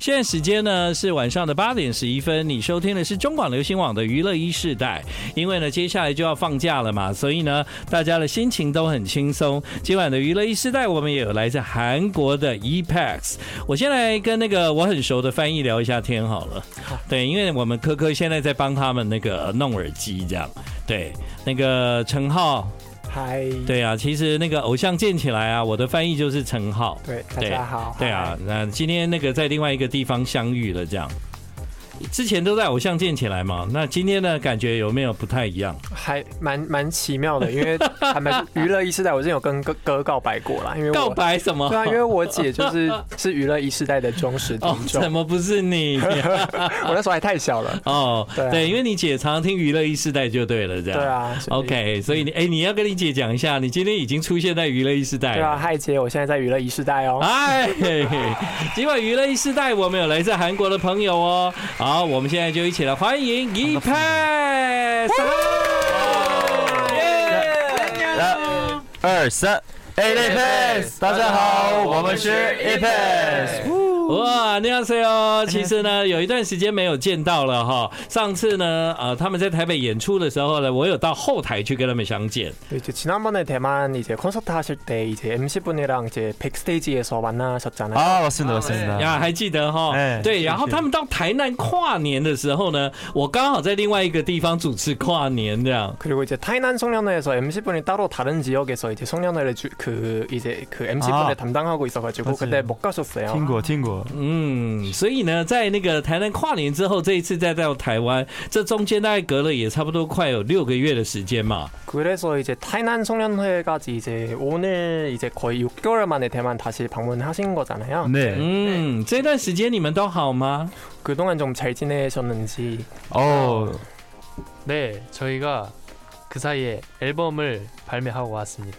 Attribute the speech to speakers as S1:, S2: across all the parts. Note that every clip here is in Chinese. S1: 现在时间呢是晚上的八点十一分，你收听的是中广流行网的娱乐一世代。因为呢，接下来就要放假了嘛，所以呢，大家的心情都很轻松。今晚的娱乐一世代，我们也有来自韩国的 E EPAX。我先来跟那个我很熟的翻译聊一下天好了。对，因为我们科科现在在帮他们那个弄耳机，这样。对，那个陈浩，
S2: 嗨，
S1: 对啊，其实那个偶像建起来啊，我的翻译就是陈浩。
S2: 对，大
S1: 对
S2: 家好，
S1: 对啊，那今天那个在另外一个地方相遇了，这样。之前都在偶像建起来嘛，那今天呢，感觉有没有不太一样？
S2: 嗨，还蛮蛮奇妙的，因为 还蛮娱乐一世代，我之前有跟哥哥告白过啦，因为我
S1: 告白什么？
S2: 对啊，因为我 姐就是是娱乐一世代的忠实
S1: 哦，
S2: 听众，
S1: 怎么不是 你？
S2: 我那时候还太小了，
S1: 哦，
S2: 对啊
S1: 对，因为你姐常常听娱乐一世代就对了，这
S2: 对
S1: 样。
S2: 啊所以
S1: OK，所以你哎、你要跟你姐讲一下，你今天已经出现在娱乐一世代
S2: 对
S1: 了
S2: 啊，。嗨姐，我现在在娱乐一世代哦，
S1: 哎，今晚娱乐一世代，我们有来自韩国的朋友哦。好，我们现在就一起来欢迎一派。哦
S3: 来，二三。A p a s 大家好，我们是 A p a s
S1: 哇，你好，C.O.
S3: 哎
S1: 其实呢，有一段时间没有见到了哈。上次呢，呃，他们在台北演出的时候呢，我有到后台去跟他们相见。
S2: 네, 이제 지난번에 대만 이제 콘서트 하실 때 이제 MC 분이랑 이제 백스테이지에서 만나셨잖아요.
S3: 啊，我是我是的，
S1: 呀，还记得哈？
S3: 哎
S1: 对，
S3: 是
S1: 然后他们到台南跨年的时候呢，我刚好在另外一个地方主持跨年，这样。
S2: 그리고 이제 타이난 송년회에서 MC 분이 따로 다른 지역에서 이제 송년회를 주, 그 이제 그 MC 분을
S3: 아.
S2: 담당하고 있어가지고
S3: 맞아요.
S2: 그때 못 가셨어요.
S3: 听过听过，
S1: 嗯，所以呢，在那个台南跨年之后，这一次再到台湾，这中间大概隔了也差不多快有六个月的时间嘛。
S2: 그래서 이제 타이난 송년회까지 이제 오늘 이제 거의 6개월 만에 대만 다시 방문하신
S1: 음.
S2: 거잖아요.
S3: 对，
S1: 嗯，这段时间你们都好吗？
S2: 그동안 좀 잘 지내셨는지
S3: 哦，
S4: 네, 저희가 그 사이에 앨범을 발매하고 왔습니다.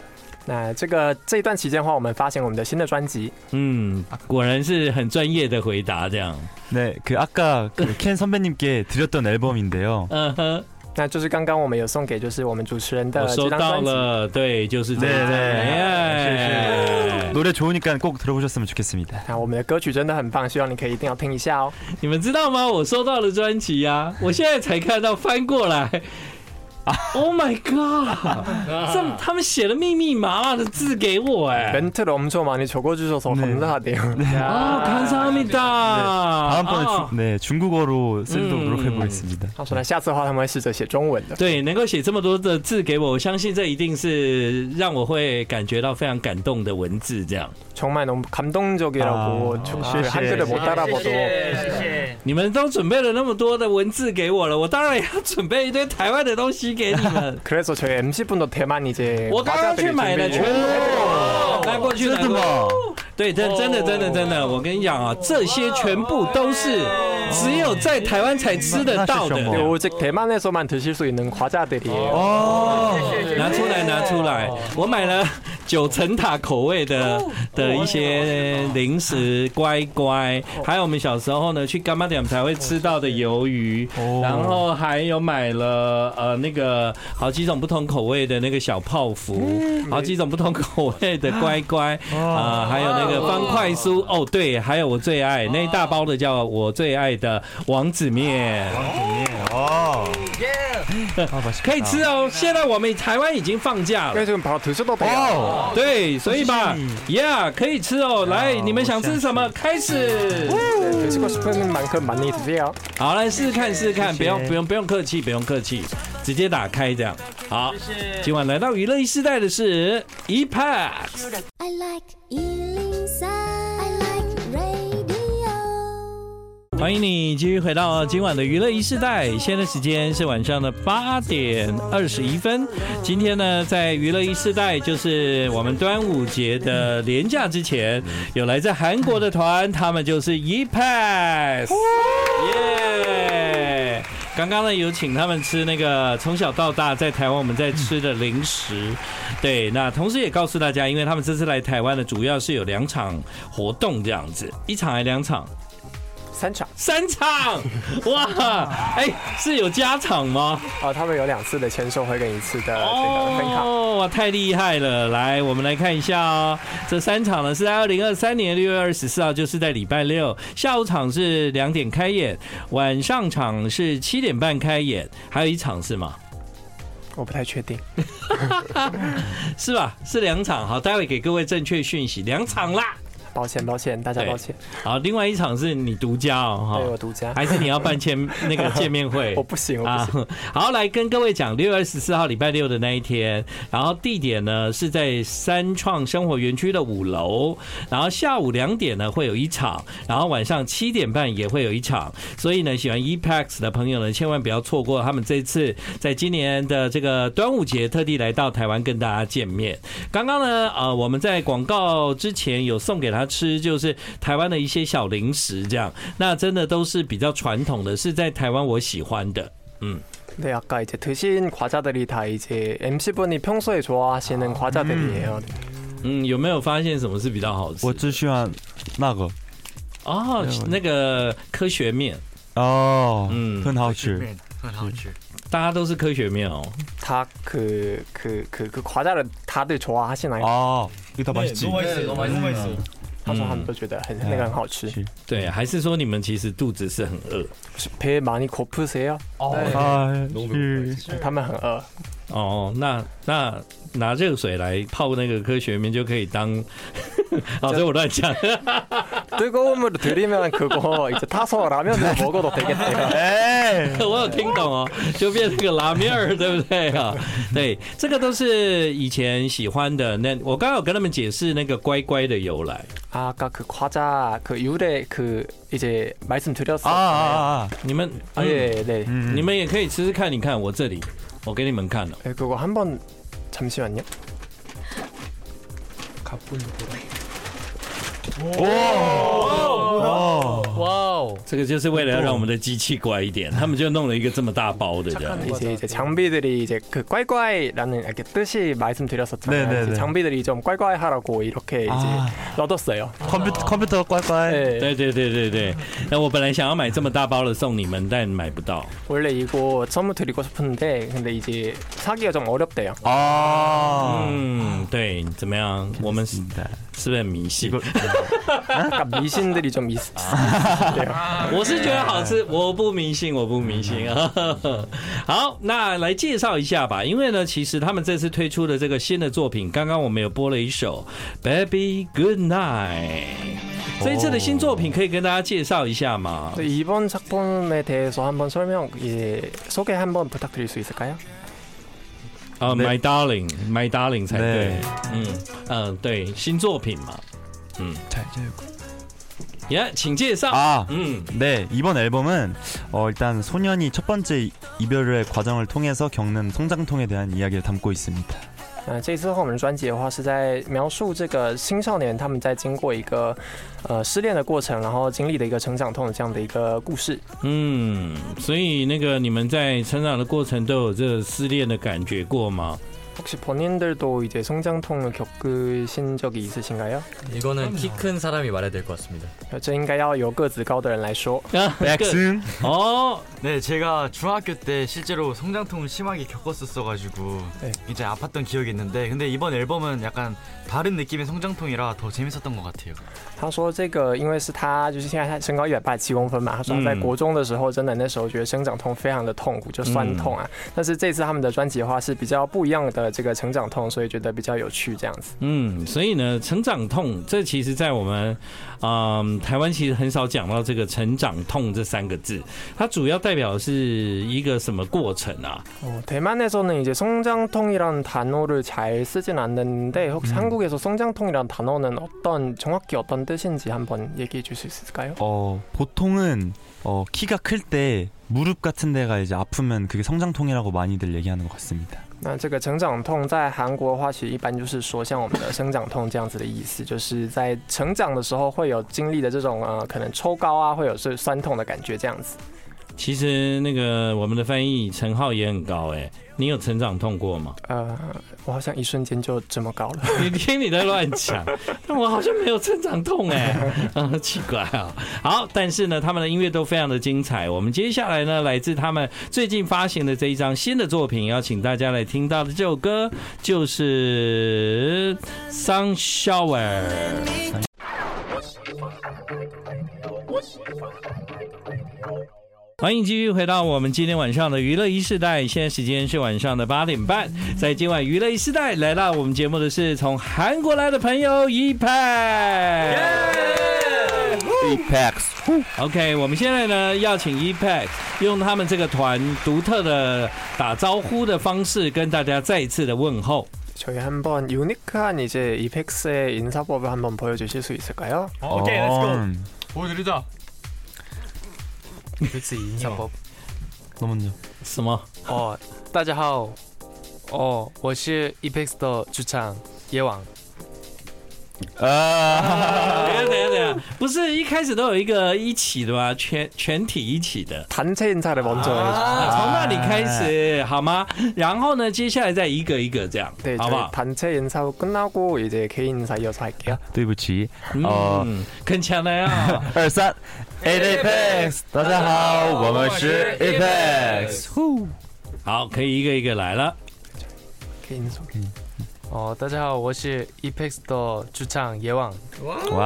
S2: 那这个这一段期间的话，我们发行我们的新的专辑。
S1: 嗯，果然是很专业的回答，这样。
S3: 네, 그 아까 그켄 선배님께 드렸던 앨범인데요.
S1: 嗯哼，
S2: 那就是刚刚我们有送给就是我们主持人的
S1: 我
S2: 这
S1: 收
S2: 张
S1: 到
S2: 专辑。
S1: 了，对，就是这样。
S3: 对对
S1: 哎
S3: 노래 좋으니까 꼭 들어보셨으면 좋겠습니다.
S2: 那我们的歌曲真的很棒，希望你可以一定要听一下
S3: 아.
S2: 哦。
S1: 你们知道吗？我收到了专辑呀，我现在才看到翻过 来。Oh my god！这 么他们写了密密麻麻的字给我哎、
S2: 멘트를 엄청 많이 적어주셔서
S3: 네.
S2: 감사하대요.
S1: 아,
S4: 네.
S1: 감사합니다.
S3: 다음번에
S1: 아.
S3: 주, 네 중국어로 쓰도록
S1: 음.
S3: 노력해보겠습니다.
S2: 他说呢，下次的话他们会试着写中文的。
S1: 对，能够写这么多的字给我，我相信这一定是让我会感觉到非常感动的文字。这样，
S2: 정말 너무 감동적이라고
S3: 아,
S2: 저-
S3: 아,
S2: 그
S3: 쉐쉐.
S2: 한글을 못
S4: 네.
S2: 알아봐도 。
S1: 你们都准备了那么多的文字给我了，我当然也要准备一堆台湾的东西给你们
S2: 그래서 저희 MC 분도 대만 이제
S1: 我刚刚去买了全部，拿过去，拿过去。
S3: 哦
S1: 对，真真的真的真的，我跟你讲啊，这些全部都是只有在台湾才吃得到的
S3: 那是什。么
S2: 네, 오직 대만에서만 드실 수 있는
S1: 아.
S2: 과자들이에요.
S3: 어,
S1: 拿出来，拿出来！我买了九层塔口味的的一些零食乖乖，还有我们小时候呢去干妈店才会吃到的鱿鱼，
S3: 哦
S1: 然后还有买了呃那个好几种不同口味的那个小泡芙，好几种不同口味的乖乖啊、还有那个方块酥哦，对，还有我最爱那一大包的叫我最爱的王子面。
S3: 어, 아
S1: 可
S3: 맛있겠다.
S1: 以吃哦！现在我们台湾已经放假了
S2: 그래서 ， 네, 지금 바로 드셔도 돼요.
S3: 어,
S1: 对，所以吧
S3: 恭喜
S1: ，Yeah，可以吃哦。来，
S3: 好
S1: 你们想吃什么？开始。
S2: 네, 드시고 싶은 만큼 많이 드세요.
S1: 好，来试试看，试试看，
S3: 谢
S1: 不
S3: 谢
S1: 用不用不用客气，不用客气，直接打开这样。好，今晚来到娱乐一时代的是 EPAX。
S5: I like Ealing Sound. I like radio.
S1: 欢迎你继续回到今晚的娱乐一世代，现在时间是晚上的八点二十一分。今天呢，在娱乐一世代，就是我们端午节的连假之前，有来自韩国的团，他们就是 EPAS，耶！刚刚呢，有请他们吃那个从小到大在台湾我们在吃的零食，对。那同时也告诉大家，因为他们这次来台湾的主要是有两场活动这样子，一场还两场。
S2: 三场
S1: 三场，哇，哎，是有加场吗？
S2: 啊、他们有两次的签售会跟一次的这个
S1: 아.
S2: 分卡。
S1: 哦，哇，太厉害了！来，我们来看一下哦，这三场呢是在二零二三年六月二十四号，就是在礼拜六下午场是两点开演，晚上场是七点半开演，还有一场是吗？
S2: 我不太确定，
S1: 是吧？是两场，好，待会给各位正确讯息，两场啦。
S2: 抱歉抱歉，大家
S1: 对
S2: 抱歉，
S1: 好，另外一场是你独家哦，
S2: 对
S1: 哈
S2: 我，独家，
S1: 还是你要办签那个见面 会
S2: 我？不行，我不
S1: 啊
S2: 行。，
S1: 好，来跟各位讲，六月二十四号礼拜六的那一天，然后地点呢是在三创生活园区的五楼，然后下午两点呢会有一场，然后晚上七点半也会有一场，所以呢，喜欢 E EPAX 的朋友呢，千万不要错过他们这次在今年的这个端午节特地来到台湾跟大家见面。刚刚呢，呃，我们在广告之前有送给他吃，就是台湾的一些小零食，这样，那真的都是比较传统的，是在台湾我喜欢的。
S2: 네, 아까 이제 드신 과자들이 다 이제 MC 분이 평소에 좋아하시는 과자들이에요.
S1: 嗯，有没有发现什么是比较好吃？
S3: 我只喜欢那个
S1: 哦，那个科学面，
S3: 哦，
S1: 嗯，
S3: 很好吃。
S6: 面很好吃，
S1: 大家都是科学面哦。
S2: 다그그그그 그, 그- 그 과자를 다들 좋아하시나요?
S3: 哦，이거다맛있지
S2: 항상 한번 주다 한
S3: 네.
S2: 내가 한好吃.
S1: 嗯
S3: 嗯
S1: 对，还是说你们其实肚子是很饿
S2: 혹시 배 많이 고프세요?
S4: 어, 네.
S3: 啊，
S6: 너무
S3: 是
S6: 배고파요.
S2: 다만 한 어.
S1: 哦？那那拿热水来泡那个科学面就可以当， 哦，这我乱讲。
S2: 뜨거운 물을 들이면 그거 이제 타서 라면을
S3: 네.
S2: 먹어도 되겠대요.
S3: 哎，
S1: 我有听懂哦，就变成个拉面儿，对不对啊？对，这个都是以前喜欢的。那我刚刚有跟他们解释那个乖乖的由来，
S2: 아, 아까 그 과자 그 유래 그 이제
S3: 啊
S2: 말씀드렸어요.
S3: 啊
S2: 아,
S3: 啊！
S1: 你们，
S2: 예, 네.
S3: 嗯
S1: 你们也可以吃吃看。你看我这里，我给你们看了。啊
S2: 네, 그거 한번 잠시만요.
S4: 와우.
S1: 这个就是为了要让我们的机器乖一点，他们就弄了一个这么大包的这样。
S2: 이제 이제 장비들이 이제 그 꽈이꽈이라는 이렇게 뜻이 말씀드렸었잖아요.
S3: 네네네.
S2: 이제 장비들이 좀 꽈이꽈이하라고 이렇게 이제
S3: 아.
S2: 넣었어요.
S3: 컴퓨터 컴퓨터 乖乖，
S2: 네.
S1: 对对对对对，那我本来想要买这么大包的送你们，但买不到。
S2: 원래 이거 선물 드리고 싶은데 근데 이제 사기가 좀 어렵대요.
S3: 哦，
S1: 嗯，对，怎么样？我们是是不是很迷信？
S2: 약간 미신들이 좀 있.
S6: 아,
S1: 我是觉得好吃，我不迷信，我不迷信 啊。好，那来介绍一下吧，因为呢，其实他们这次推出的这个新的作品，刚刚我们有播了一首《Baby Good Night》，这一次的新作品可以跟大家介绍一下吗？
S2: 네, 이번 작품에 대해서 한번 설명 이제 소개 한번 부탁드릴 수 있을까요?
S1: 啊、m y Darling，My Darling 才对
S3: 对，
S1: 嗯嗯、呃对，新作品嘛，嗯，
S3: 잘
S1: 耶、请介绍，
S3: 아.
S1: 嗯，
S3: 네 이번 앨범은 어, 일단 소년이 첫 번째 이별의 과정을 통해서 겪는 성장통에 대한 이야기를 담고 있습니다.
S2: 呃，这次和我们的专辑的话，是在描述这个青少年他们在经过一个呃失恋的过程，然后经历的一个成长痛这样的一个故事。
S1: 嗯，所以那个你们在成长的过程都有这失恋的感觉过吗？
S2: 혹시 본인들도 이제 성장통을 겪으신 적이 있으신가요?
S6: 이거는 키 큰 사람이 말해야 될 것 같습니다.
S2: 어, 저应该要有个子高的人来说.
S1: 啊， 对
S3: 백승
S1: 哦，
S7: 네, 제가 중학교 때 실제로 성장통을 심하게 겪었었어가지고
S2: 네.
S7: 이제 아팠던 기억이 있는데 근데 이번 앨범은 약간 다른 느낌의 성장통이라 더 재밌었던 것 같아요.
S2: 他说这个，因为是他就是现在他身高一百八七公分嘛，他说他在
S1: 嗯
S2: 国中的时候，真的那时候觉得生长痛非常的痛苦，就酸痛啊。但是这次他们的专辑的话是比较不一样的这个成长痛，所以觉得比较有趣这样子。
S1: 嗯，所以呢，成长痛，这其实，在我们，嗯，台湾其实很少讲到这个“成长痛”这三个字，它主要代表的是一个什么过程啊？
S2: 어, 哦 대만에서는 이제 성장통이라는 단어를 잘 쓰진 않는데 혹시 한국에서 성장통이라는 단어는 어떤 정확히 어떤 뜻인지 한번 얘기해 줄 수 있을까요?
S3: 어, 보통은 어, 키가 클 때 무릎 같은 데가 이제 아프면 그게 성장통이라고 많이들 얘기하는 것 같습니다.
S2: 那这个成长痛在韩国的话，其实一般就是说像我们的生长痛这样子的意思，就是在成长的时候会有经历的这种呃，可能抽高啊，会有是酸痛的感觉这样子。
S1: 其实那个我们的翻译陈浩也很高哎、你有成长痛过吗？
S2: 呃，我好像一瞬间就这么高了。
S1: 你听你在乱讲，但我好像没有成长痛哎、啊，奇怪啊、好，但是呢，他们的音乐都非常的精彩。我们接下来呢，来自他们最近发行的这一张新的作品，要请大家来听到的这首歌就是《Sun Shower》。欢迎继续回到我们今天晚上的娱乐一世代，现在时间是晚上的八点半。在今晚娱乐一世代来到我们节目的是从韩国来的朋友一派。OK，我们现在呢要请 EPAC 用他们这个团独特的打招呼的方式跟大家再一次的问候。
S2: 저희 한번 유니크한 이제 이펙스의 인사법을 한번 보여주실 수 있을까요?
S7: 어, 오케이, 렛츠고.
S3: 음.
S7: 보여드리자.
S4: 빅스 인사법.
S3: 너 먼저.
S1: 什么？
S4: 어 따자하오. 어 워시 이펙스더 주창 예왕.
S3: 아.
S1: 等一下等一下等一下，不是一开始都有一个一起的吗？全全体一起的。
S2: 단체 인사를 먼저 해주-
S1: 啊，从那里开始好吗？然后呢，接下来再一个一个这样，
S2: 네,
S1: 好不
S2: 저희
S1: 好？
S2: 단체 인사하고 끝나고 이제 개인 인사 이어서 할게요.
S3: 对不起.哦
S1: 嗯，铿锵的呀。
S3: 23. Apex. 大家好,我们是 Apex.
S1: 好，可以一个一个来了。
S2: 개인 소개.
S4: 어 따자하오. 워시 이펙스더 주창 예왕.
S3: 哇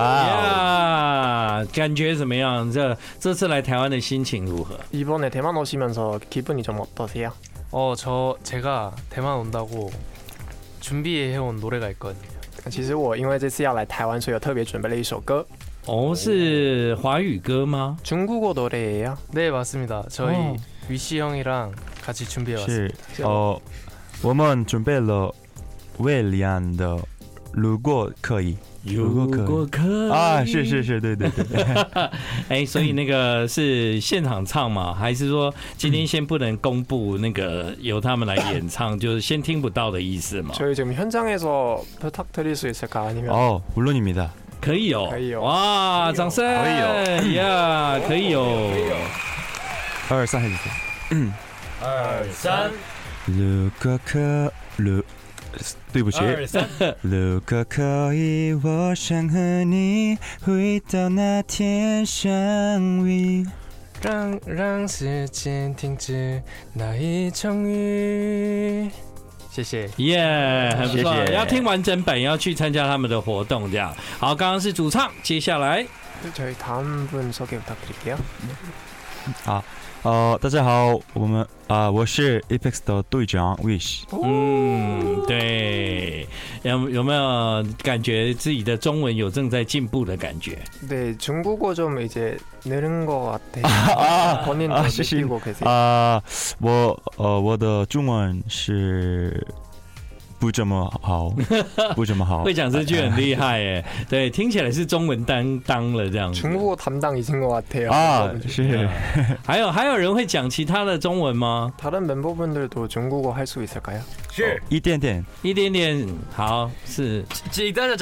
S1: 呀，感觉怎么样？这这次来台湾的心情如何？
S2: 이번에 대만 오시면서 기분이 좀 어떠세요?
S4: 어 저 제가 대만 온다고 준비해 온 노래가 있거든요.
S2: 其实我因为这次要来台湾，所以有特别准备了一首歌，
S1: 哦，是华语歌吗？
S2: 중국어 노래예요.
S4: 네 맞습니다. 저희
S3: 어.
S4: 위시 형이랑 같이 준비해 왔습니다.
S3: 是哦我们准备了威廉的如果可以如果
S1: 可以
S3: 啊是是。是对对对
S1: 哎，所以那个是现场唱吗？还是说今天先不能公布那个 由他们来演唱，就是先听不到的意思
S3: 아.
S1: 吗？
S2: 저희 지금 현장에서 부탁드릴 수 있을까 아니면
S3: 哦물론입니다
S1: 可以哦，
S2: 可以哦
S1: 哇，掌声，
S3: 可以
S1: 以呀，可以哦。
S3: 二二三还是四？嗯，二三。如果可如，对不起。如果可以，我想和你回到那天相遇。
S4: 让让时间停止那一场雨。谢谢。
S1: 耶、很不错。
S3: 谢谢
S1: 要听完整版，要去参加他们的活动，这样。好，刚刚是主唱，接下来
S2: 네, 저희 다음 분 소개 부탁드릴게요.
S3: 哦、大家好，我们啊、我是 Apex 的队长 Wish。
S1: 嗯，对，有有没有感觉自己的中文有正在进步的感觉？
S2: 네, 중국어 좀 이제 느는 것 같아요. 본인도
S3: 아, 시시.
S2: 느끼고 계세요.
S3: 啊、我呃，我的中文是不怎么好，不怎 么好。
S1: 会讲这句很厉害耶，对，听起来是中文担当了这样子。
S2: 중국어 담당이신 것 같아요.
S3: 啊，是。
S1: 还有还有人会讲其他的中文吗？
S2: 다른 멤버분들도 중국어 할 수 있을까요?
S3: 一点点。
S1: 一点点，好是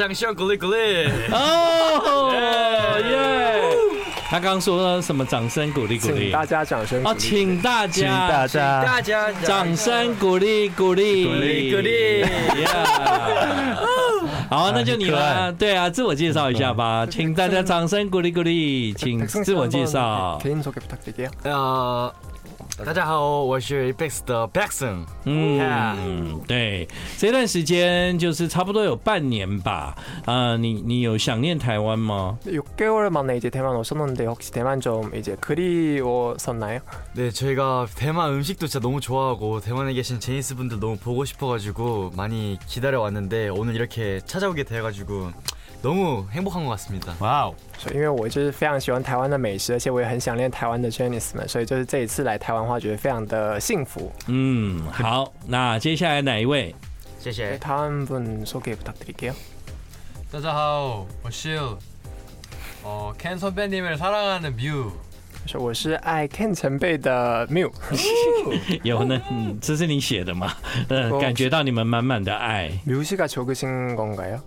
S7: 지다자장시원글리글리.
S1: 哦耶！他刚刚说什么？掌声鼓励
S3: 네.
S1: 鼓励啊！
S2: 请大家掌声
S3: 아,
S1: 请大
S3: 请大
S1: 家
S3: 家
S1: 掌声鼓励鼓励鼓励鼓励！好，那就你
S3: 很可
S1: 了。
S3: 爱
S1: 对啊，自我介绍一下吧，请大家掌声鼓励鼓励，请自我介绍。
S2: 개인 소개 부탁드릴게요.
S7: 어, 大家好，我是Apex的Baxon。
S1: 嗯，对，这段时间就是差不多有半年吧。啊、你你有想念台湾吗？
S2: 6개월 만에 이제 대만 오셨는데 혹시 대만 좀 이제 그리웠었나요?
S7: 네, 저희가 대만 음식도 진짜 너무 좋아하고 대만에 계신 제니스 분들 너무 보고 싶어가지고 많이 기다려 왔는데 오늘 이렇게 찾아오게 돼가지고 너무 행복한 것 같습니다.
S3: 哇哦，
S2: 所以因为我就是非常喜欢台湾的美食，而且我也很想念台湾的 j e n i c e 们，所以就是这一次来台湾的话，觉得非常的幸福。
S1: 嗯，好，那接下来哪一位？
S7: 谢谢。
S2: 다음 분 소개 부탁드릴게요.
S8: 짜자하오 워슈 어, 켄 선배님을 사랑하는 뮤
S2: 我是爱 Ken 前辈的 Miu，
S1: 有呢，嗯，这是你写的吗？呃，
S2: 哦
S1: 感觉到你们满满的爱。，
S2: 뮤 씨가 적으신 건가요?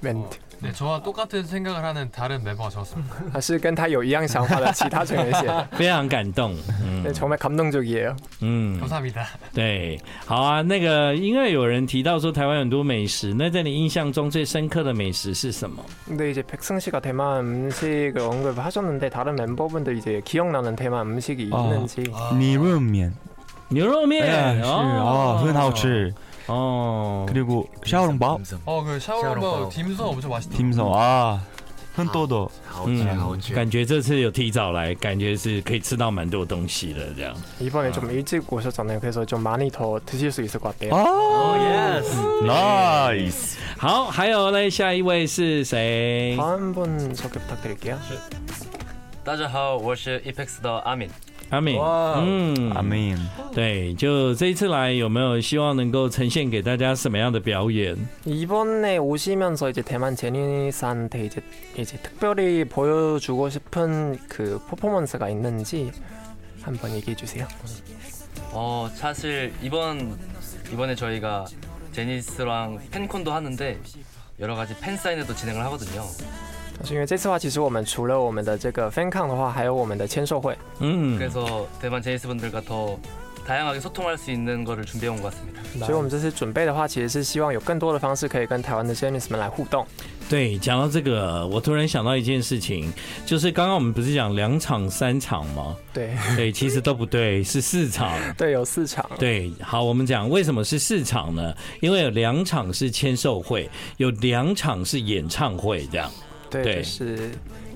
S2: 멘트
S8: 네, 저와 똑같은 생각을 하는 다른 멤버가 적었습니다.
S2: 还是跟他有一样想法的其他成员写的
S1: 非常感动。嗯
S2: 对정말감동적이에요。
S1: 嗯，
S8: 감사합니다.
S1: 对，好啊。那个，因为有人提到说台湾很多美食，那在你印象中最深刻的美食是什么？
S2: 근데 이제 백승 씨가 대만 음식을 언급을 하셨는데 다른 멤버분들 이제 기억나는 대만 음식이
S3: 아.
S2: 있는지
S3: 米润面，
S1: 牛肉面、
S3: 哎，是哦，很好吃。
S1: 哦。
S3: 그리고 샤오롱바오,
S7: 딤섬.
S8: 어, 그 샤오롱바오 딤섬 엄청 맛있다.
S3: 딤섬, 아, 흔도도.
S7: 好吃好
S1: 嗯
S7: 吃，
S1: 感觉这次有提早来，感觉是可以吃到蛮多东西的这样。
S2: 이번에 좀 일찍 오셨잖아요. 그래서 좀 많이 더 드실 수 있을 것
S3: 啊
S2: 같아요.
S1: 哦
S3: 아,
S7: 예스.
S3: 나이스.
S1: 好，还有嘞，下一位是谁？
S2: 다음 분 소개 부탁드릴게요.
S6: 大家好，我是 EPEX 的阿敏。
S1: 阿敏。
S6: 哇
S1: 嗯，
S3: 阿。敏，
S1: 对，就这一次来，有没有希望能够呈现给大家什么样的表演？
S2: 이번에 오시면서 이제 대만 제니스한테 이제 이제 특별히 보여주고 싶은 그 퍼포먼스가 있는지 한번 얘기해 주세요.
S6: 어 사실 이번 이번에 저희가 제니스랑 팬콘도 하는데 여러 가지 팬 사인회도 진행을 하거든요.
S2: 是因为这次的话，其实我们除了我们的这个 fancon 的话，还有我们的签售会。
S1: 嗯，
S6: 그래서 대만 제니스 분들과 더 다양하게 소통할 수 있는 거를 준비해 온 것 같습니다.
S2: 所以我们这次准备的话，其实是希望有更多的方式可以跟台湾的 Jennice 们来互动。
S1: 对，讲到这个，我突然想到一件事情，就是刚刚我们不是讲两场、三场 吗？
S2: 对
S1: 对，其实都不对，是四场。
S2: 对，有四场。
S1: 对，好，我们讲为什么是四场呢？因为有两场是签售会，有两场是演唱会，这样。 네.
S2: 네, 사실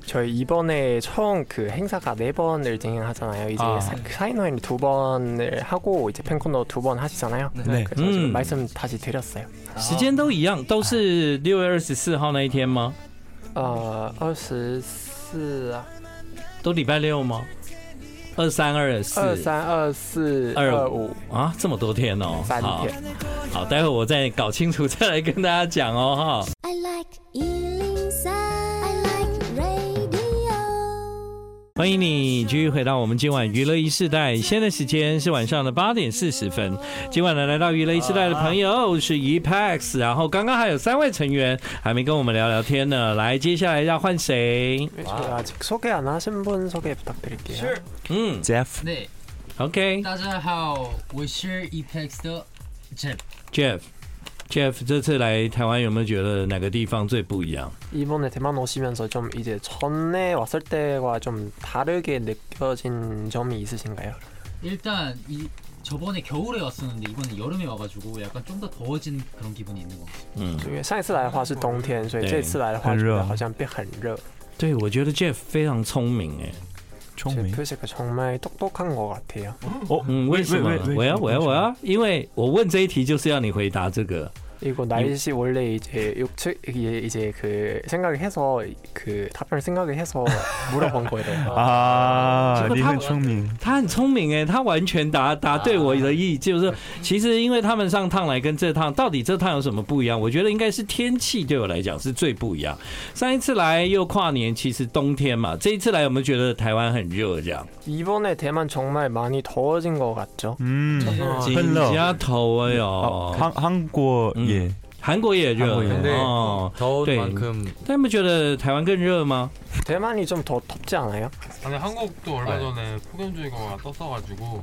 S2: 저희 이번에 처음 그 행사가 네 번을 진행하잖아요. 이제
S1: 아.
S2: 사- 사인회는 두 번을 하고 이제 팬콘도 두 번 하시잖아요.
S3: 네,
S2: 그래서 지금
S1: 음.
S2: 말씀 다시 드렸어요.
S1: 时间都一样，都是六月二十四号那一天吗？
S2: 어, 아, 24,
S1: 都礼拜六吗？二三二四
S2: 어, 23, 24, 25,
S1: 啊，这么多天哦。好
S2: 3일. ，
S1: 好，待会我再搞清楚再来跟大家讲哦，哈。
S5: I like Ealing Sound. I like radio.
S1: 欢迎你继续回到我们今晚娱乐一世代，现在时间是晚上的八点四十分。今晚呢，来到娱乐一世代的朋友是 E EPAX，然后刚刚还有三位成员还没跟我们聊聊天呢。来，接下来要换谁？
S2: 저희 아직 소개 안 하신 분 소개 부탁드릴게요.
S1: 嗯
S3: Jeff，
S9: 네,
S1: ，OK，Jeff，Jeff，、
S9: 大家好，我是 E EPEX 的 Jeff。
S1: Jeff，这次来台湾有没有觉得哪个地方最不一样？
S2: 이번에 대만 오시면서 좀 이제 전에 왔을 때와 좀 다르게 느껴진 점이 있으신가요?
S9: 일단 이 저번에 겨울에 왔었는데 이번에 여름에 와가지고 약간 좀 더 더워진 그런 기분이 있는 것 같아요.
S1: 嗯，
S2: 因为上一次来的话是冬天，所以
S1: 对
S2: 这次来的话
S3: 很热
S2: 觉得好像变很热。
S1: 对，我觉得 Jeff 非常聪明哎。
S3: 聪
S2: 제
S3: 明，
S2: 표시가 정말 똑똑한 것 같아요.
S3: 哦，
S1: 嗯，为什么？我要，我要，我要，因为我问这一题就是要你回答这个。
S2: 이거 나일 씨 원래 이제 육측 이제, 이제 그 생각을 해서 그 답변을 생각을 해서 물어본 거예요.
S3: 啊，
S1: 这个
S3: 你
S1: 他
S3: 很聪明，
S1: 他很聪明哎，他完全答答对我的意，就是其实因为他们上趟来跟这趟到底这趟有什么不一样？我觉得应该是天气对我来讲是最不一样。上一次来又跨年，其实冬天嘛，这一次来有没有觉得台湾很热这样？
S2: 이번에 대만 정말 많이 더워진 것 같죠?
S3: 嗯，
S2: 어,
S3: 很热。
S1: 加头哎
S3: 哦
S1: 呦，
S3: 韩韩国
S1: 嗯
S3: 也
S1: 韩国也
S3: 韩
S1: 热
S3: 国也热
S8: 네.
S1: 哦。
S6: 더운
S1: 네.
S6: 만큼
S1: 但你们觉得台湾更热吗？
S2: 대만이 좀 더 덥지 않아요?
S8: 아니 한국도 얼마
S6: 네.
S8: 전에 폭염주의보가 떴어가지고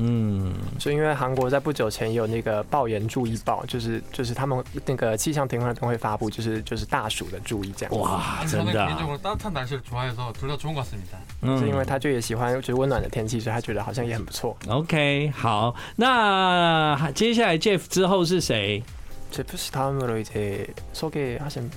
S1: 嗯，
S2: 就因为韩国在不久前也有那个暴炎注意报，就是就是他们那个气象厅那边会发布，就是就是大暑的注意这样。
S1: 哇，
S8: 저는
S1: 真的啊、
S8: 개인적으로 따뜻한 날씨를 좋아해서 둘 다 좋은 것 같습니다.
S1: 嗯
S2: 是因为他就也喜欢就是温暖的天气，所以他觉得好像也很不错。
S1: OK，好，那接下来 Jeff 之后是谁？
S2: 제프 씨 다음으로 이제 소개하신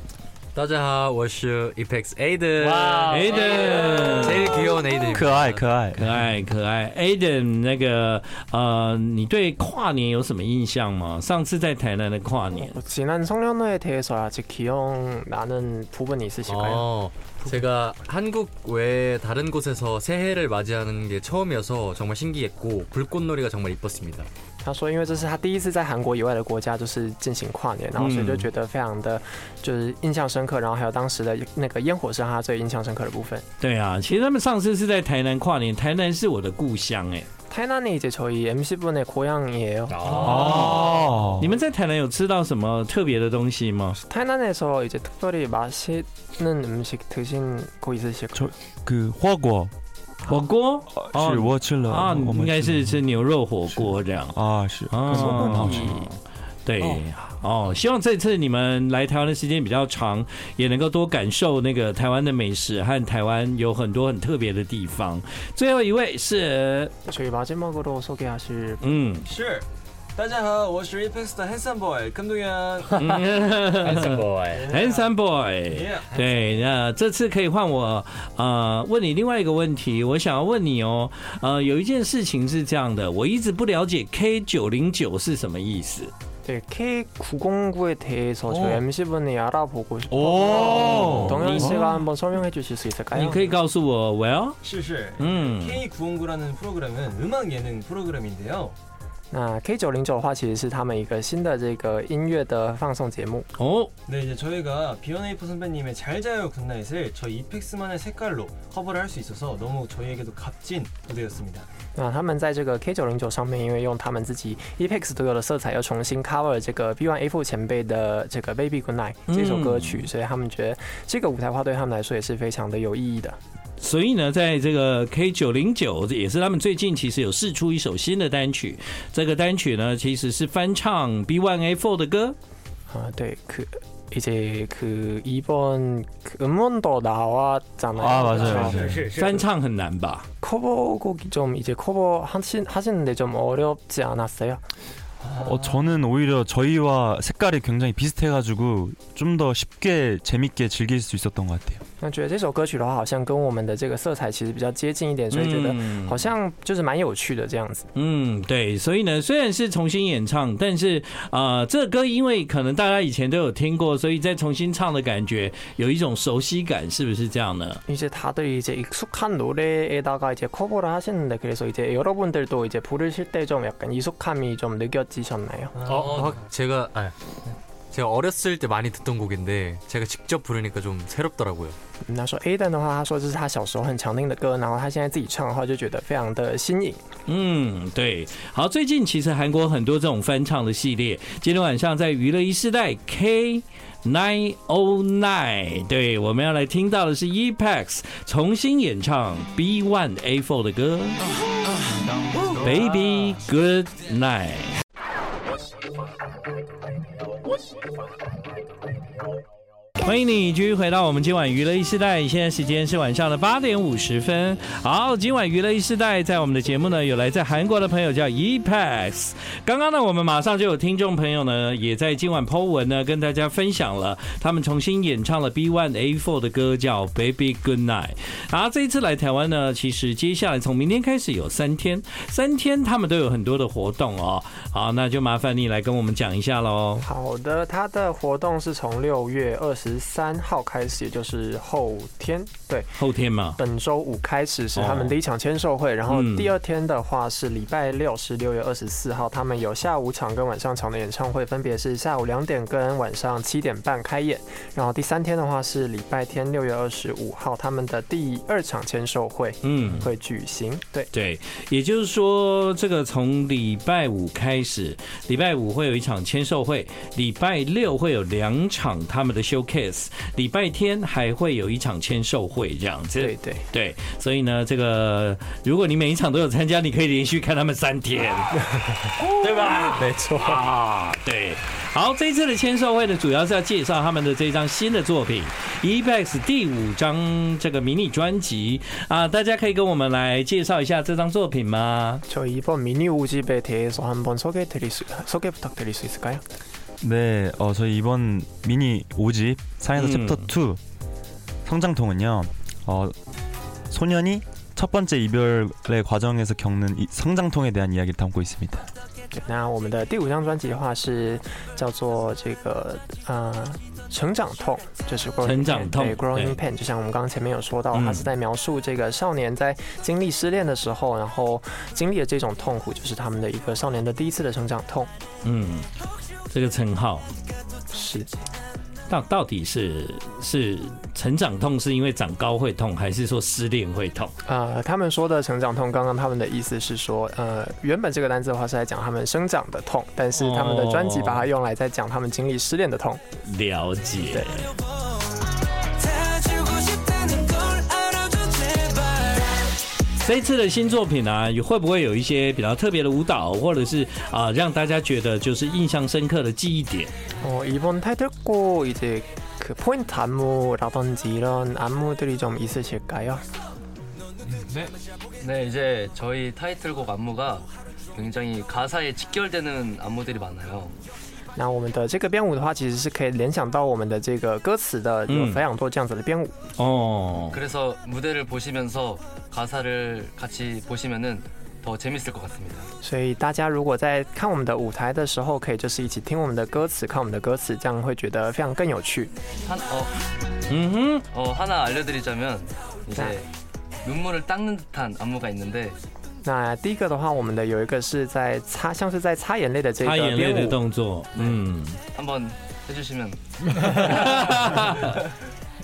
S6: 大家好，我是 EPEX Aiden。
S2: 啊
S1: Aiden，
S6: 제일 귀여운 Aiden.
S3: 可爱可爱。
S1: 可爱可爱，Aiden 那个呃，你对跨年有什么印象吗？上次在台南的跨年，
S2: 어, 지난 성년회에 대해서 아직 기억나는 부분이
S7: 아.
S2: 있으실까요?
S6: 어, 제가 한국 외 다른 곳에서 새해를 맞이하는 게 처음이어서 정말 신기했고 불꽃놀이가 정말 이뻤습니다.
S2: 他说，因为这是他第一次在韩国以外的国家就是进行跨年，然后所以就觉得非常的就是印象深刻，然后还有当时的那个烟火是他最印象深刻的部分。
S1: 对啊，其实他们上次是在台南跨年，台南是我的故乡哎、
S2: 태난이 이제 저희 MC 분의 고향이에요. 哦
S3: 아.
S1: 你们在台南有吃到什么特别的东西吗？
S2: 태난에서 이제 특별히 맛있는 음식 드신 거 있으실까요?
S3: 可火锅
S1: 火锅
S3: 是我吃了
S1: 啊，
S3: 我
S1: 应
S3: 们
S1: 该是
S3: 吃
S1: 吃牛肉火锅这样。
S3: 啊是
S1: 啊，
S3: 很好吃。
S1: 对，哦，希望这次你们来台湾的时间比较长，也能够多感受那个台湾的美食和台湾有很多很特别的地方。最后一位是，
S2: 저희 마지막으로 소개하실
S1: 嗯，
S7: 是，大家好，我是 Epens 的 Handsome Boy 坑东元。
S1: 嗯
S6: boy
S1: ，Handsome Boy。对，
S7: 예.
S1: 那这次可以换我呃问你另外一个问题，我想要问你哦，呃，有一件事情是这样的，我一直不了解 K 九零九是什么意思。
S2: 네, K909에 대해서 저희 MC 분이 알아보고
S3: 오.
S2: 싶어서 동현 씨가 한번 설명해 주실 수 있을까요?
S1: 你可以告诉我，Well，
S7: 是是
S1: 嗯，
S7: K909라는 프로그램은 음악 예능 프로그램인데요.
S2: 那 K909的话，其实是他们一个新的这个音乐的放送节目。
S1: 哦，
S7: 네, 이제 저희가 비욘에이프 선배님의 잘 자요 굿나잇을 저희 이펙스만의 색깔로 커버를 할 수 있어서 너무 저희에게도 값진 무대였습니다.
S2: 那他们在这个 K 九零九上面，因为用他们自己 Apex 独有的色彩，又重新 cover 这个 B One A Four 前辈的这个 Baby Good Night
S3: 嗯
S2: 这首歌曲，所以他们觉得这个舞台化对他们来说也是非常的有意义的。
S1: 所以呢，在这个 K 九零九也是他们最近其实有试出一首新的单曲，这个单曲呢其实是翻唱 B One A Four 的歌，
S2: 啊、对，可。이제그이번그음원도나왔잖아요
S3: 아, 啊 맞아요, 맞아요.
S1: 翻唱很难吧？
S2: 커버곡이 좀이제커버하신하시는데좀어렵지않았어요
S3: 어, 저는 오히려 저희와 색깔이 굉장히 비슷해가지고 좀 더 쉽게 재밌게 즐길 수 있었던 것 같아요.
S2: 那觉得这首歌曲的话，好像跟我们的这个色彩其实比较接近一点，所以觉得
S1: 嗯
S2: 好像就是蛮有趣的这样子。
S1: 嗯，对，所以呢，虽然是重新演唱，但是呃，这歌因为可能大家以前都有听过，所以再重新唱的感觉有一种熟悉感，是不是这样呢？
S2: 이제 다들 이제 익숙한 노래에다가 이제 커버를 하시는데 그래서 이제 여러분들도 이제 부르실 때 좀 약간 익숙함이 좀 느껴지셨나요?
S4: 어, 확- 제가 아, 제가 어렸을 때 많이 듣던 곡인데 제가 직접 부르니까 좀 새롭더라고요.
S2: 那说 Aden 的话，他说这是他小时候很常听的歌，然后他现在自己唱的话就觉得非常的新颖。
S1: 嗯，对。好，最近其实韩国很多这种翻唱的系列，今天晚上在娱乐一世代 K。Nine O Nine，对，我们要来听到的是 E E-Pax 重新演唱 B One A Four 的歌，Baby Good Night。欢迎你继续回到我们今晚娱乐一时代，现在时间是晚上的八点五十分。好，今晚娱乐一时代在我们的节目呢，有来自韩国的朋友叫 E Epax。刚刚呢，我们马上就有听众朋友呢，也在今晚 Po 文呢跟大家分享了，他们重新演唱了 B One A Four 的歌叫 Baby Good Night。然后这一次来台湾呢，其实接下来从明天开始有三天，三天他们都有很多的活动哦。好，那就麻烦你来跟我们讲一下喽。
S2: 好的，他的活动是从六月二十三号开始，也就是后天，对，
S1: 后天嘛，
S2: 本周五开始是他们的一场签售会，然后
S1: 哦嗯
S2: 第二天的话是礼拜六，是六月二十四号，他们有下午场跟晚上场的演唱会，分别是下午两点跟晚上七点半开演。然后第三天的话是礼拜天，六月二十五号，他们的第二场签售会
S1: 嗯。
S2: 会举行。对，
S1: 对，也就是说，这个从礼拜五开始，礼拜五会有一场签售会，礼拜六会有两场他们的 showcase，礼拜天还会有一场签售会，这样子。
S2: 对对。
S1: 对，所以呢，这个如果你每一场都有参加，你可以连续看他们三天，对吧？没 错啊，对。好，这一次的签售会呢，主要是要介绍他们的这张新的作品 e b e x 第五张这个迷你专辑啊，大家可以跟我们来介绍一下这张作品吗？
S2: 저희이번미니오집에대해서한번소개해드릴수소개부탁드릴수있을까요
S3: 네, 어, 저희 이번 미니 5집 사이언스
S1: 음.
S3: 챕터 2 성장통은요. 어, 소년이 첫 번째 이별의 과정에서 겪는 이 성장통에 대한 이야기를 담고 있습니다.
S2: 对那我们的第五张专辑的话是叫做这个呃成长痛，就是 growing
S1: 成长
S2: pain，
S1: 痛
S2: 对
S1: 对
S2: growing pain，就像我们刚刚前面有说到，
S1: 嗯
S2: 它是在描述这个少年在经历失恋的时候，然后经历了这种痛苦，就是他们的一个少
S1: 嗯
S2: 年的第一次的成长痛。
S1: 嗯，这个称号
S2: 是
S1: 到到底是是成长痛是因为长高会痛，还是说失恋会痛？
S2: 呃，他们说的成长痛，刚刚他们的意思是说，呃，原本这个单字的话是在讲他们生长的痛，但是他们的专辑把它用来在讲他们经历失恋的痛。
S1: 了解。这一次的新作品啊，有会不会有一些比较特别的舞蹈，或者是啊、让大家觉得就是印象深刻的记忆点？
S2: 어, 이번 타이틀곡 이제 그 포인트 안무라든지 이런 안무들이 좀 있으실까요?
S8: 네.
S6: 네, 이제 저희 타이틀곡 안무가 굉장히 가사에 직결되는 안무들이 많아요.
S2: 那我们的这个编舞的话，其实是可以联想到我们的这个歌词的，有
S1: 嗯
S2: 非常多这样子的编舞。
S1: 어.
S6: 그래서 무대를 보시면서 가사를 같이 보시면은 더 재밌을 것 같습니다.
S2: 所以大家如果在看我们的舞台的时候，可以就是一起听我们的歌词，看我们的歌词，这样会觉得非常更有趣。
S6: 한, 어,
S1: 음. 흠
S6: 어, 하나 알려드리자면 이제
S7: 네.
S6: 눈물을 닦는 듯한 안무가 있는데
S2: 那第一个的话，我们的有一个是在擦，像是在擦眼泪的这个
S1: 擦眼泪的
S2: 编舞。
S1: 动作， 嗯，
S6: 한번 해주시면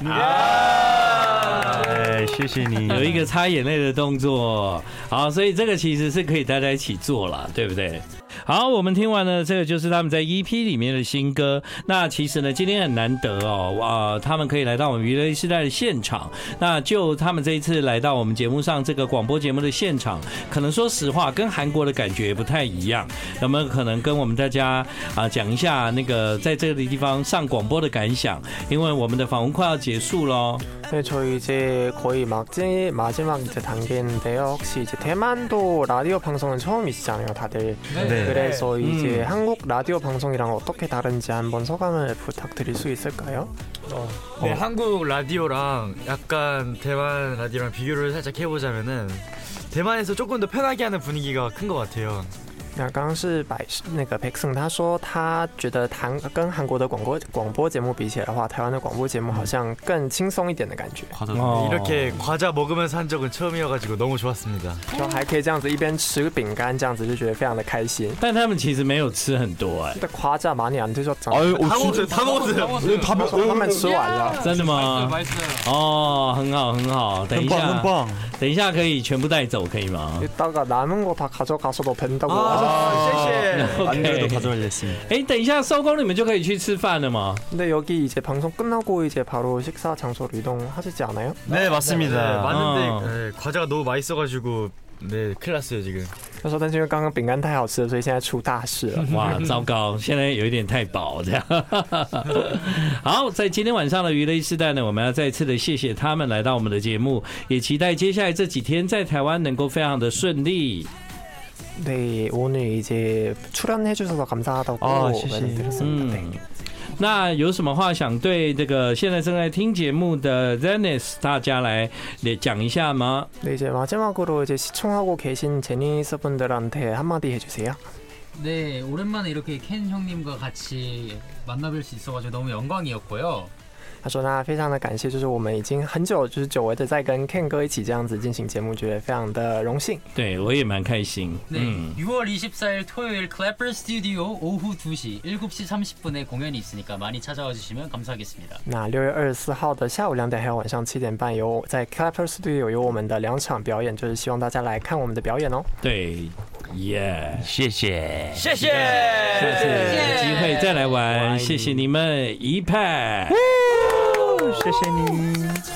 S3: 哎，谢谢 你。
S1: 有一个擦眼泪的动作，好，所以这个其实是可以大家一起做啦，对不对？好，我们听完了，这个就是他们在 EP 里面的新歌。那其实呢，今天很难得哦，啊、他们可以来到我们娱乐时代的现场。那就他们这一次来到我们节目上这个广播节目的现场，可能说实话，跟韩国的感觉不太一样。那么可能跟我们大家啊讲一下那个在这个地方上广播的感想，因为我们的访问快要结束喽。
S2: 네, 저희 이제 거의 막제 마지막 이제 단계인데요. 혹시 이제 대만도 라디오 방송은 처음이시잖아요, 다들.
S3: 네.
S2: 그래서 이제
S1: 음.
S2: 한국 라디오 방송이랑 어떻게 다른지 한번 소감을 부탁드릴 수 있을까요?
S7: 네, 한국 라디오랑 약간 대만 라디오랑 비교를 살짝 해보자면은 대만에서 조금 더 편하게 하는 분위기가 큰 것 같아요.
S2: 那刚刚是百那个 Paxson 他说他觉得韩跟韩国的广播广播节目比起来的话，台湾的广播节目好像更轻松一点的感觉，
S7: 과자
S1: 어.
S7: 이렇게 과자 먹으면서 한 적은 처음이어가지고 너무 좋았습니다.
S2: 就还可以这样子一边吃饼干，这样子就觉得非常的开心。
S1: 但他们其实没有吃很多哎、
S2: 但夸张嘛，你啊，你就说长，
S3: 아유, 어,
S7: 먹었어요,
S3: 진짜
S7: 다 먹었어요.
S3: 다
S2: 他
S3: 먹-
S2: 说他们吃完了，
S1: 真的吗？哦，很好很好，等一
S3: 很棒，
S1: 下
S3: 很，棒。
S1: 等一下可以全部带走，可以 吗？
S2: 到个남은거다가져가서도된다고
S7: 아,
S3: 안 그래도
S1: OK
S3: 가져가겠습니다.
S1: 哎、等一下收工你们就可以去吃饭了吗？
S2: 근데 여기 이제 방송 끝나고 이제 바로 식사 장소로 이동하시지 않아요?
S3: 네,
S7: 네,
S3: 맞습니다.
S7: 맞는데
S1: 어.
S7: 네, 과자가 너무 맛있어가지고 네 큰일 났어요 지금.
S2: 그래서 但是因为刚刚饼干太好吃了，所以现在出大事了。
S3: 呃
S1: 哇，糟糕，现在有一点太饱这样。 好，在今天晚上的娱乐时代呢，我们要再次的谢谢他们来到我们的节目，也期待接下来这几天在台湾能够非常的顺利。
S2: 네, 오늘 이제 출연해 주셔서 감사하다고
S3: 아, 시시.
S2: 말씀드렸습니다. 네.
S1: 那有什么话想对这个现在正在听节目的 Dennis 大家来来讲一下吗？
S2: 네, 이제 마지막으로 이제 시청하고 계신 제니스 분들한테 한마디 해주세요.
S9: 네, 오랜만에 이렇게 켄 형님과 같이 만나뵐 수 있어가지고 너무 영광이었고요.
S2: 他说那非常的感谢，就是我们已经很久就是久违的在跟 Ken 哥一起这样子进行节目，觉得非常的荣幸。
S1: 对我也蛮开心。嗯
S9: 네, 6월 24일 토요일 클래퍼 스튜디오 오후 2시, 7시 30분에 공연이 있으니까 많이 찾아와 주시면 감사하겠습니다.
S2: 那六月二十四号的下午两点还有晚上七点半有在 Clapper Studio 有我们的两场表演，就是希望大家来看我们的表演哦。
S1: 对，耶、
S3: 谢谢。
S1: 下次有机会再来玩，谢谢你们一派。
S3: 음, 谢谢你。